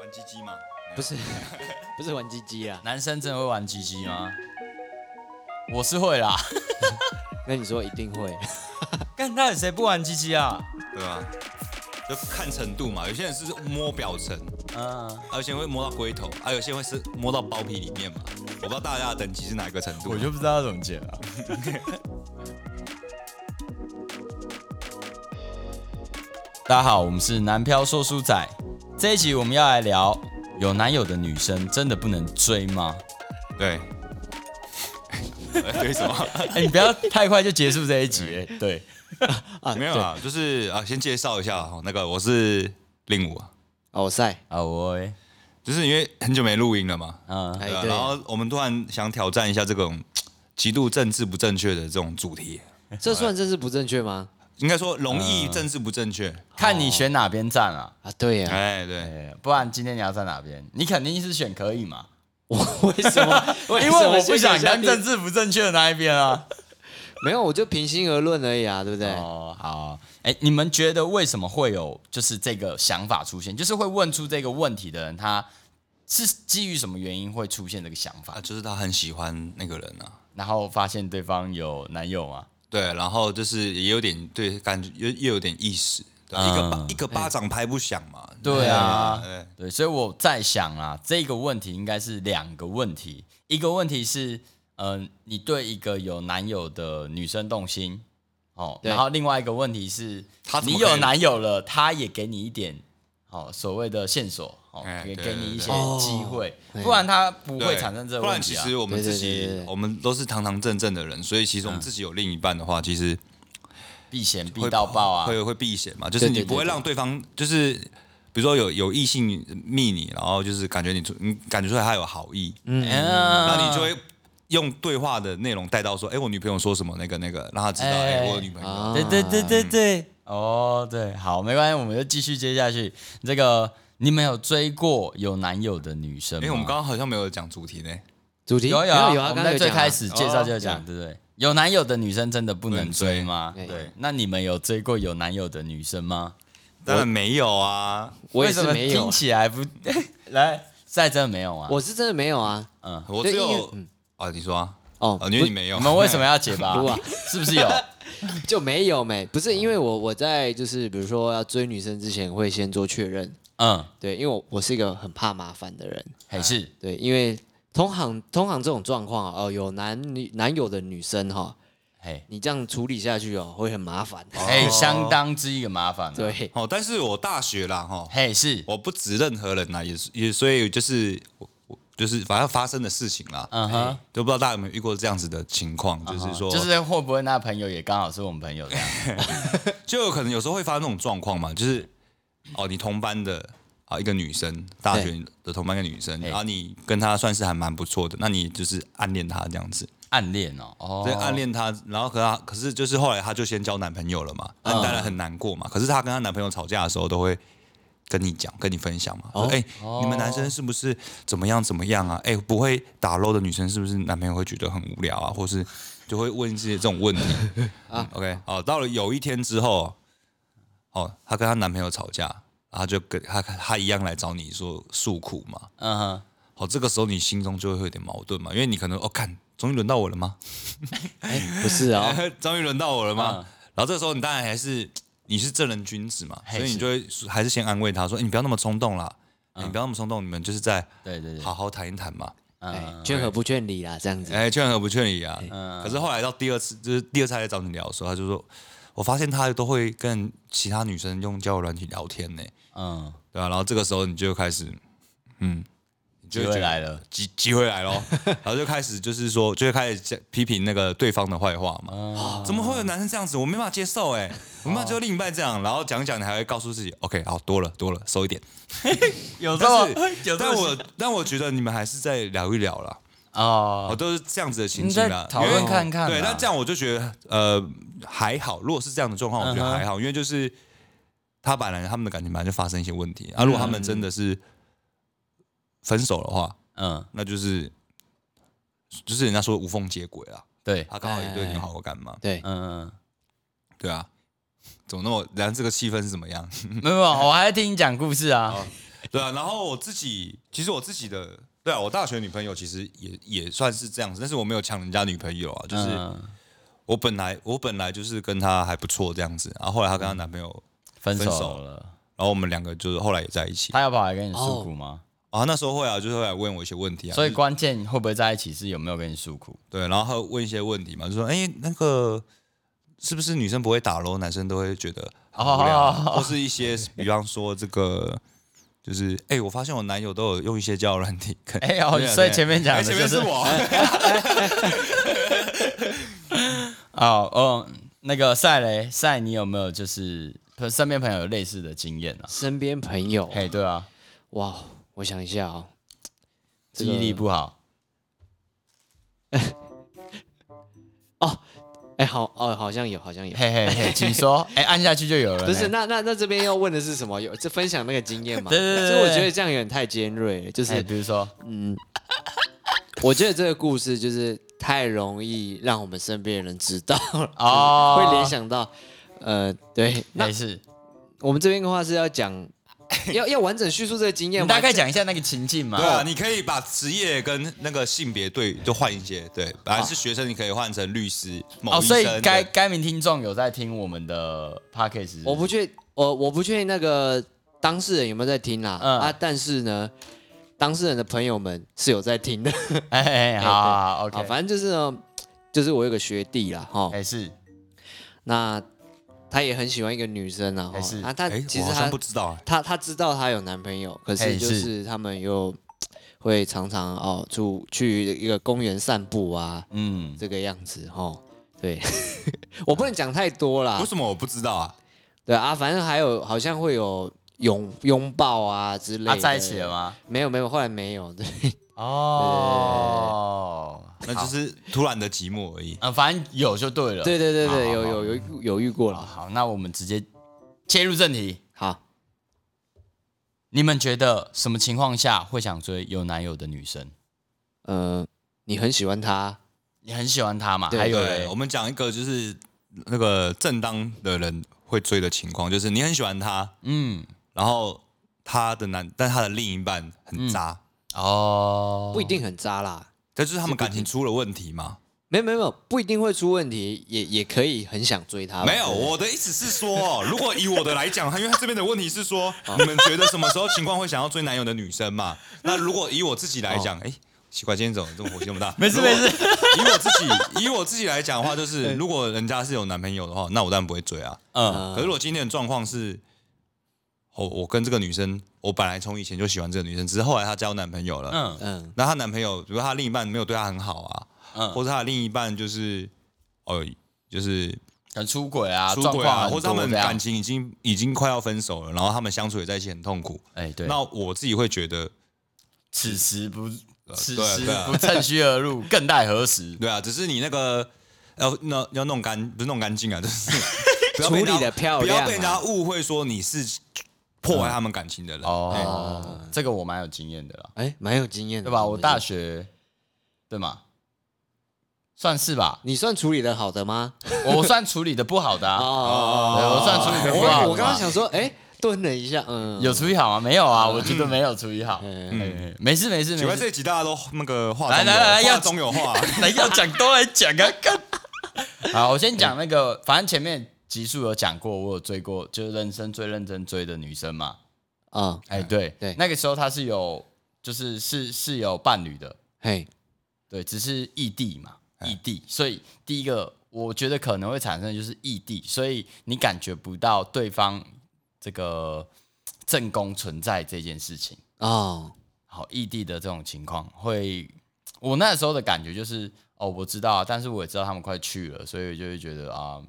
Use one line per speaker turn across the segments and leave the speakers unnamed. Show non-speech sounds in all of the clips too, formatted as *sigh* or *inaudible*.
玩鸡鸡吗？
不是不是玩鸡鸡啊？
男生真的会玩鸡鸡吗？我是会啦， *laughs*
那你说一定会？
但到底谁不玩鸡鸡啊？
对吧、就看程度嘛，有些人是摸表层，
嗯，
啊有些人会摸到龟头，啊，有些会是摸到包皮里面嘛。我不知道大家的等级是哪一个程度。啊
我就不知道怎么解了。 *laughs* 大家好，我们是南漂说书仔，这一集我们要来聊有男友的女生真的不能追吗？ *laughs*
对， *laughs* 对什么？
哎、你不要太快就结束这一集。哎 *laughs* 对，啊
没有啦，就是啊，先介绍一下哦，那个我是令武啊，
哦塞，
啊我哎，
就是因为很久没录音了嘛，
嗯，
哎
对啊、
对
然，后我们突然想挑战一下这种极度政治不正确的这种主题，
这算政治不正确吗？
应该说容易政治不正确。
看你选哪边站啊。
啊，对
*laughs*
呀、
哎，对，
哎不然今天你要站哪边？你肯定是选可以嘛，
我 *laughs* 为什么？
因为
什么
我不
谢
想
谢
当
你
政治不正确的那一边啊。
没有，我就平心而论而已啊，对不对？
哦，好，哎，你们觉得为什么会有就是这个想法出现？就是会问出这个问题的人，他是基于什么原因会出现这个想
啊，
法？
就是他很喜欢那个人啊，
然后发现对方有男友吗？
对，然后就是也有点对，感觉又又有点意识，对吧
嗯
一个巴一个巴掌拍不响嘛。
哎
对啊
对，
对，所以我在想啊，这个问题应该是两个问题，一个问题是，嗯、你对一个有男友的女生动心，哦，
对
然后另外一个问题是
她，怎么
你
可以
有男友了，他也给你一点，哦，所谓的线索，哦，
哎
给
对哦
给你一些
对对
机会，
对
不然他不
对
会产生这个
不
问
然
题
其
啊。
实我们
对对
自己，
对对嗯对
我们都是堂堂正正的人，所以其实我们自己有另一半的话，其实
避嫌避
会
到爆啊！
会会避嫌嘛，就是
对
你
对
不会
对
让对方就是。比如说有有异性密你，然后就是感觉你出你感觉出来他有好意，
嗯，那
那你就会用对话的内容带到说，哎、我女朋友说什么那个那个，让他知道，哎、
哎
我有女朋友。
啊
对对对对对，哦，对，好，没关系，我们就继续接下去。这个你们有追过有男友的女生
因
吗？
为我们刚刚好像没有讲主题呢，
主题
有
没
有
有
啊
有啊，
我
刚刚
们在
有
最
讲啊
开始介绍就有
哦
讲，对不对？有男友的女生真的不
不
能
能追
追吗？
对
对，那你们有追过有男友的女生吗？
当然没有啊，
我也
为什
是
么
没有
听
啊，
起来不 *laughs* 来，赛真的没有啊？
我是真的没有啊。
嗯，
我
对
只
因
有
为
啊、你说啊，
哦
啊，因为你没有，
你们为什么要
*laughs*
结巴
不啊？
是不是有？
就没有没，不是因
哦
为我我在就是比如说要追女生之前会先做确认，
嗯，
对，因为我我是一个很怕麻烦的人，
还是
对，因为通行通行这种状况哦，有男女男友的女生哈、
嘿，
你这样处理下去哦，会很麻烦。
嘿，相当之一个麻
*laughs*
烦。，
对，
*laughs* 哦，但是我大学啦，哈，
嘿是，
我不指任何人啦，也是也，所以就是我我就是反正发生的事情啦，
嗯哼。嗯
都不知道大家有没有遇过这样子的情况，就是说，
就是会不会那朋友也刚好是我们朋友这样？
就有可能有时候会发生那种状况嘛，就是哦，你同班的啊一个女生，大学的同班一个女生，
嘿
然后你跟她算是还蛮不错的，那你就是暗恋她这样子，
暗恋哦，哦，
所以暗恋她，然后可她可是就是后来她就先交男朋友了嘛，那你当然很难过嘛。可是她跟她男朋友吵架的时候都会。跟你讲，跟你分享嘛，说哎、你们男生是不是怎么样怎么样啊？哎、不会打 low 的女生是不是男朋友会觉得很无聊啊？或是就会问一些这种问题啊？OK，好，到了有一天之后，哦，她跟她男朋友吵架，然后就跟她她一样来找你说诉苦嘛。
嗯哼，
好，这个时候你心中就会有点矛盾嘛，因为你可能哦，看，终于轮到我了吗？
嗯
不是啊、
哎
哦，
*laughs* 终于轮到我了吗？然后这时候你当然还是你是正人君子嘛，
嘿
所以你
是嗯
就会还是先安慰他说：“哎你不要那么冲动啦，哎你不要那么冲动，你们就是在
对对对，
好好谈一谈嘛。”
嗯
哎，劝和不劝离啦，这样子。
哎，劝和不劝离啊。可是后来到第二次，就是第二次来找你聊的时候，他就说：“我发现他都会跟其他女生用交友软体聊天呢，
嗯，
对啊吧、然后这个时候你就开始，嗯，你就会
机
觉
会
得
来了，
机机会来咯，然后就开始就是说，就会开始讲批评那个对方的坏话嘛。
哦
怎么会有男生这样子？我没办法接受哎、我没办法接受另一半这样。然后讲一讲，你还会告诉自己，OK，好多了多了，收一点。
有这
但
么
是，
有这
但
么
我但我觉得你们还是再聊一聊啦。
哦
我，都是这样子的情境啦
你再，讨论
因为
看看啦
对，那这样我就觉得呃还好，如果是这样的状况，我觉
嗯
得还好，因为就是他本来他们的感情本来就发生一些问题啊，如果他们真的是分手的话，
嗯，
那就是就是人家说无缝接轨啊，
对，
他刚好也对
哎
你有好感嘛，
对，
嗯，
对啊，怎么那么然后这个气氛是怎么样？ *laughs*
没有，没有我还在听你讲故事啊，
对啊，然后我自己其实我自己的，对啊，我大学女朋友其实也也算是这样子，但是我没有抢人家女朋友啊，就是
嗯
我本来我本来就是跟她还不错这样子，然后后来她跟她男朋友，
分
分手
手了，
然后我们两个就是后来也在一起
他要跑来跟你诉苦吗？
啊，那时候会啊，就是会来问我一些问题啊，
所以
就是
关键会不会在一起是有没有跟你诉苦？
对，然后她问一些问题嘛，就说哎、那个是不是女生不会打咯，男生都会觉得很无聊
哦
啊，或是一
*laughs*
些比方说这个。就是哎、我发现我男友都有用一些交友软体，跟
*laughs* 哎哦
对啊
所以
对啊
前面讲
哎
的
前面
就是
是
*laughs*
我，
哦哦，那个赛雷赛，你有没有就是身边朋友有类似的经验啊？
身边朋友，
嘿，对啊，
哇，我想一下哦，
记忆力不好，
哎，好哦，好像有，好像有。
嘿嘿嘿，请说，哎，按下去就有了呢，
不是，那那那这边要问的是什么？有这分享那个经验嘛？
对对对
所以我
对
觉得这样有点太尖锐了，就
哎，
是
比如说，
我觉得这个故事就是太容易让我们身边的人知道了，
哦，
会联，想到，呃，对。那
没事，
我们这边的话是要讲， *coughs* 要要完整叙述这个经验
你
吗？
大概讲一下那个情境嘛哦
对。啊，你可以把职业跟那个性别对就换一些，对，本来是学生，你可以换成律师、某
哦，
医
所以
生
该
对
该名听众有在听我们的 podcast，
我不确，呃我我不确定那个当事人有没有在听啦、
嗯
啊，但是呢，当事人的朋友们是有在听的。
哎哎，哎好好
*laughs*
好
啊，
，OK，
反正就是呢，就是我有个学弟啦，哈，
哎是，
那他也很喜欢一个女生啊，
哎是
齁啊，他
哎，
其
我
实
好
他
像不知道啊，
他他知道他有男朋友，可
哎
是就是是他们又会常常哦，出去一个公园散步啊，
嗯，
这个样子哈。齁对， *laughs* 我不能讲太多啦
为。什么我不知道啊？
对啊，反正还有好像会有拥拥抱啊之类
他
的。
在一起了？吗？
没有没有，后来没有。
*laughs*
对，
哦，
那就是突然的寂寞而已。
嗯，反正有就对了。
对对对对，
好
有
好
有有遇有遇过
好
了。
好，那我们直接切入正题。
好，
你们觉得什么情况下会想追有男友的女生？
呃，你很喜欢他，
你很喜欢她嘛？
对
还有
对，
嘞
我，们讲一个就是那个正当的人会追的情况，就是你很喜欢他，
嗯，
然后他的男，但他的另一半很
嗯
渣，
哦，
不一，定很渣啦。
这就是他们感情出了问题嘛？
没有没有没有，不一定会出问题，也也可以很想追他吧。
没有，
对不对
我的意思是
*laughs*
说，如果以我的来讲，因为他这边的问题是说，你们觉得什么时候情况会想要追男友的女生
*laughs*
嘛？那如果以我自己来讲，哎、奇怪，今天怎么这么火气那么大？
没事
如果
没事。
以我自己以我自己来讲的话，
*laughs*
就是如果人家是有男朋友的话，那我当然不会追啊。
嗯
呃
可是我今天的状况是，我我跟这个女生，我本来从以前就喜欢这个女生，只是后来她交男朋友了，
嗯
嗯，
那她男朋友，比如她另一半没有对她很好啊，
嗯，
或者她的另一半就是，哦，就是
很出轨啊，
出
状
轨
况
啊，
很
或
多
者他们
这样
感情已经已经快要分手了，然后他们相处也在一起很痛苦。
哎，对，
那我自己会觉得，
此时不
呃
此
对啊
时
对啊
不趁虚而入，更待何时？
对啊，只是你那个要那要弄干，不是弄干净啊，就是
*laughs*
不要
处
被人家
理的漂
不
亮、
要
啊，
被人家误会说你是破坏他们感情的人。哦，
哦，这个我蛮有经验的啦，
哎，蛮哎有经验的，
对吧？我大
学
学，对吗？算是吧，
你算处理的好的吗？
我我算处理的不好的啊。
哦，
对我算处理得不好的
我我刚
嘛
刚想说，哎，顿了一下，嗯，
*laughs* 有处理好吗？没有啊，我觉得没有处理好。
嗯
嗯，没事没事
奇
没
怪，
事 *laughs*
这，一集大家都那个话
来来来要
要中有话，
*laughs* 来要讲都来讲啊！干好，我先讲那个，反正前面集数有讲过，我有追过，就是人生最认真追的女生嘛。
啊，
哎，对
对
那个时候她是有，就是是是有伴侣的，
嘿，
对，只是异地嘛，
哎
异地，所以第一个我觉得可能会产生的就是异地，所以你感觉不到对方这个正宫存在这件事情。
哦， *laughs*
好异地的这种情况，会我那时候的感觉就是，哦，我知道啊，但是我也知道他们快去了，所以我就会觉得啊、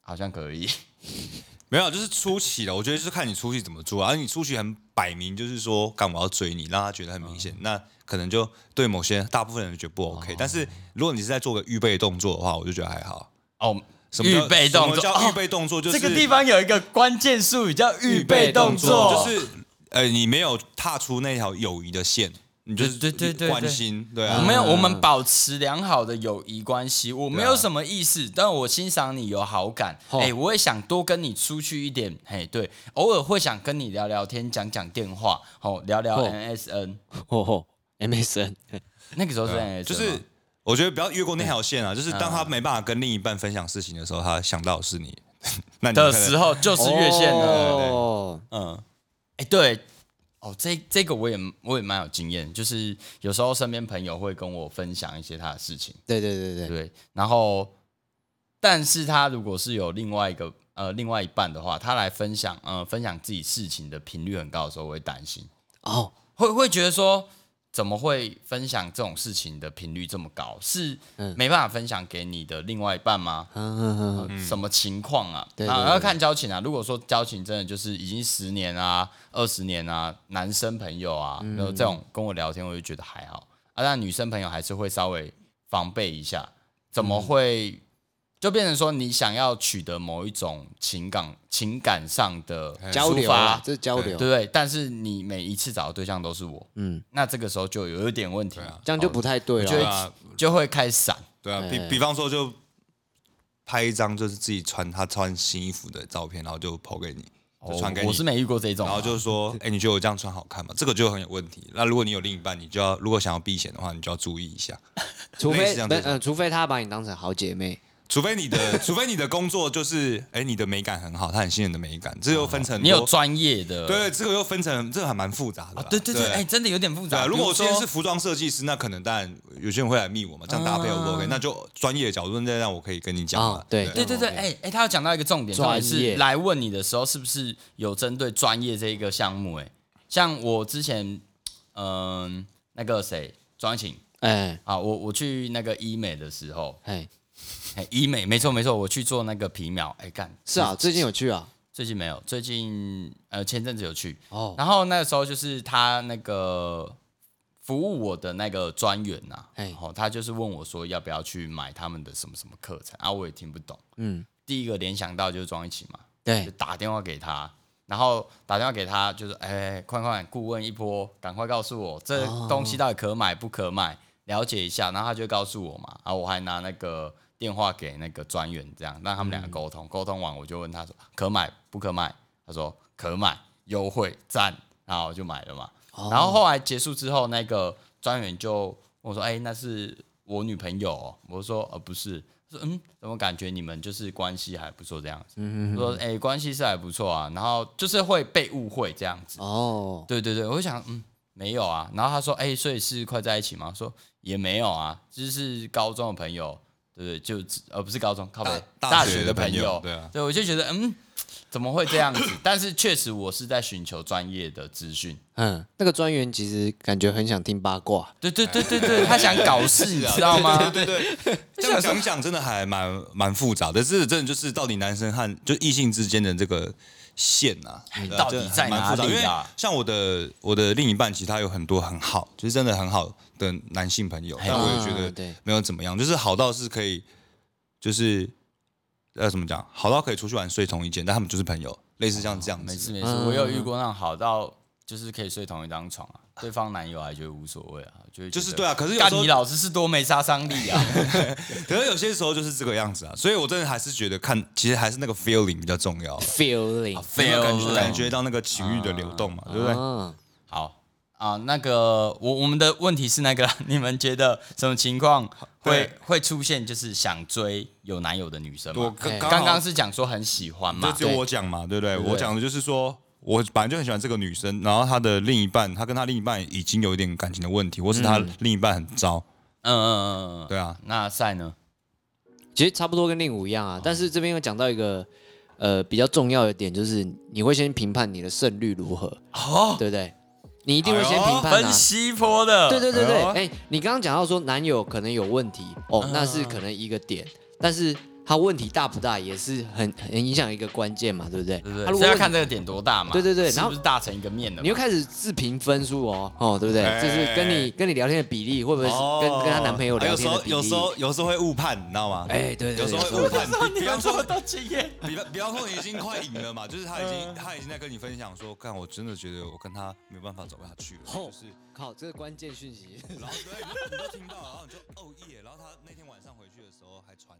好像可以。
没有，就是初期了。我觉得就是看你初期怎么做啊。你初期很摆明就是说，干我要追你，让他觉得很明显，
哦
那可能就对某些大部分人觉得不 OK、但是如果你是在做个预备动作的话，我就觉得还好。
哦，
什么叫
预备动作，
什么叫预
哦
备动作？就是
这个地方有一个关键术语叫预备动
预备动
作，
就是呃，你没有踏出那条友谊的线，你就是
对对对对
关心，对
我
啊，
没有，我们保持良好的友谊关系，我没有什么意思，但我欣赏你有好感，
哦
哎，我也想多跟你出去一点，嘿，对，偶尔会想跟你聊聊天，讲讲电话，哦，聊聊
哦
NSN，
吼吼，MSN，
那个时候是 NSN，
啊就
哦吗
是我觉得不要越过那条线啊，就是当他没办法跟另一半分享事情的时候，他想到的是你， *laughs* 那你
的
可能
时候就是越线了，
哦，
嗯，哎，对。哦，这这个我也我也蛮有经验，就是有时候身边朋友会跟我分享一些他的事情，
对对对对对，
对，然后，但是他如果是有另外一个呃另外一半的话，他来分享呃分享自己事情的频率很高的时候，我会担心，
哦，
会会觉得说怎么会分享这种事情的频率这么高？是没办法分享给你的另外一半吗？
嗯嗯嗯，
呃什么情况啊？
对对
啊
对
要看交情啊。如果说交情真的就是已经十年啊、二十年啊，男生朋友啊，
嗯
然后这种跟我聊天，我就觉得还好啊。但女生朋友还是会稍微防备一
嗯
下，怎么会、就变成说你想要取得某一种情感情感上的
交
抒
流
发
啊，，这是交流，
对不对？但是你每一次找的对象都是我，
嗯，
那这个时候就有一点问题，
这样就不太对
我觉得
了。
啊
就会开始闪。
对啊，比
哎
比方说就拍一张就是自己穿他穿新衣服的照片，然后就抛给你，就传给你，
我是没遇过这种
然
啊，
后就说，哎、你觉得我这样穿好看吗？这个就很有问题。那如果你有另一半，你就要如果想要避嫌的话，你就要注意一下，
除
类似
非
这样
不
这
是
种
呃，除非他把你当成好姐妹，
除非你
*laughs*
的除非你的工作就是，哎、你的美感很好，他很信任你的美感，这又分成
你有
多
专业的，
对，这个又分成这个还蛮复杂的啦、
啊，对对对，哎、真的有点复
对
杂。
啊，如果我
比
今天
说
是服装设计师，那可能当然有些人会来密我嘛，这样搭配 O 不 OK？、那就专业的角度再让我可以跟你讲嘛、啊
哦对
啊对对对，
OK
哎、哎、他有讲到一个重点，重点
专
是
业
来问你的时候是不是有针对专业这一个项目、哎，像我之前，嗯、那个谁，庄晴
哎
啊，我我去那个医美的时候，
哎，
哎、医美没错没错，我去做那个皮秒，哎、干
是啊，最近有去啊，
最近没有，最近呃前阵子有去，
哦，
然后那时候就是他那个服务我的那个专员呐、啊，
哎
然后他就是问我说要不要去买他们的什么什么课程啊，我也听不懂。
嗯，
第一个联想到就是庄一起嘛，就
对，
打电话给他，然后打电话给他就是哎，快快顾问一波，赶快告诉我这东西到底可买不可买，了解一下，然后他就会告诉我嘛，啊，我还拿那个。电话给那个专员，这样让他们两个沟通。沟通完，我就问他说可买不可买，他说可买，优惠赞，然后我就买了嘛。然后后来结束之后，那个专员就问我说：“哎、那是我女朋友、哦。”我说：“呃，不是。”他说：“嗯，怎么感觉你们就是关系还不错这样子？”我说：“哎、关系是还不错啊。”然后就是会被误会这样子。
哦，
对对对，我就想，嗯，没有啊。然后他说：“哎、所以是快在一起吗？”我说：“也没有啊，就是高中的朋友，对不对？就只呃不是高中，靠北
大
大
大学
学
的
的
朋
朋
友
友。
对啊
对，我就觉得嗯。”怎么会这样子？但是确实，我是在寻求专业的资讯，
嗯，那个专员其实感觉很想听八卦，
对对对对对，他想搞事，
*laughs*
你知道吗？
啊对对对，这样讲讲真的还蛮蛮复杂的，这真的就是到底男生和就异性之间的这个线啊，对啊
哎到底在
这还蛮复杂
哪里啊
因为像我的我的另一半，其实他有很多很好，就是真的很好的男性朋
哎
友，但我也觉
啊对
得没有怎么样，就是好到是可以，就是呃怎么讲，好到可以出去玩睡同一间，但他们就是朋友，类似像这样子，
哦没事没事，
嗯
我有遇过那种好到就是可以睡同一张床
*laughs*
啊，对方男友还觉得无所谓啊，就会觉得
就是对啊可是有
干
时候
你老师是多没杀伤
*laughs*
力啊，
可是有些时候就是这个样子啊，所以我真的还是觉得看，其实还是那个 feeling 比较重要。啊
feeling，
没有感
Feel
觉感觉到那个情欲的流动嘛，对不对？
嗯，
好啊，那个我我们的问题是那个 *laughs* 啦，你们觉得什么情况会
对
会出现就是想追有男友的女生
我
吗？
刚
哎
刚
刚刚
刚
是讲说很喜欢
就
嘛
只，有我讲嘛，对不对？
对
我讲的就是说，我本来就很喜欢这个女生，然后她的另一半，她跟她另一半已经有一点感情的问题，或是她另一半很糟，
嗯嗯嗯嗯嗯，
对啊，
那赛呢？
其实差不多跟令武一样啊，但是这边有讲到一个呃比较重要的点，就是你会先评判你的胜率如何，
哦，
对不对？你一定会先评判啊
分。析坡
*laughs*
的，
对对对
哎
对，
呦嗯
哎，你刚刚讲到说男友可能有问题，哦，那是可能一个点，但是它问题大不大也是很很影响一个关键嘛，对不对？
对不对？
啊
它如
所
果
以要
问
看这个点多大嘛。
对对对
是
然
不
后
是大成一个面的嘛？
你又开始自评分数哦，哦，对不对？
哎
就是跟你跟你聊天的比例，会不会是跟、跟她男朋友
哦
聊
有
天
时
的
候
比例？
有时候有时候会误判，你知道吗？
哎对对
*laughs*
对
有时候会误判。比比方说，
到经验，
比方比方说你已经快赢了嘛，就是他已
嗯
经他已经在跟你分享说，干，我真的觉得我跟他没办法走下去了，
吼
就是。
靠，这个关键讯息。
哎然后对，你就你就听到，然后你就哦耶，然后他那天晚上回去的时候还传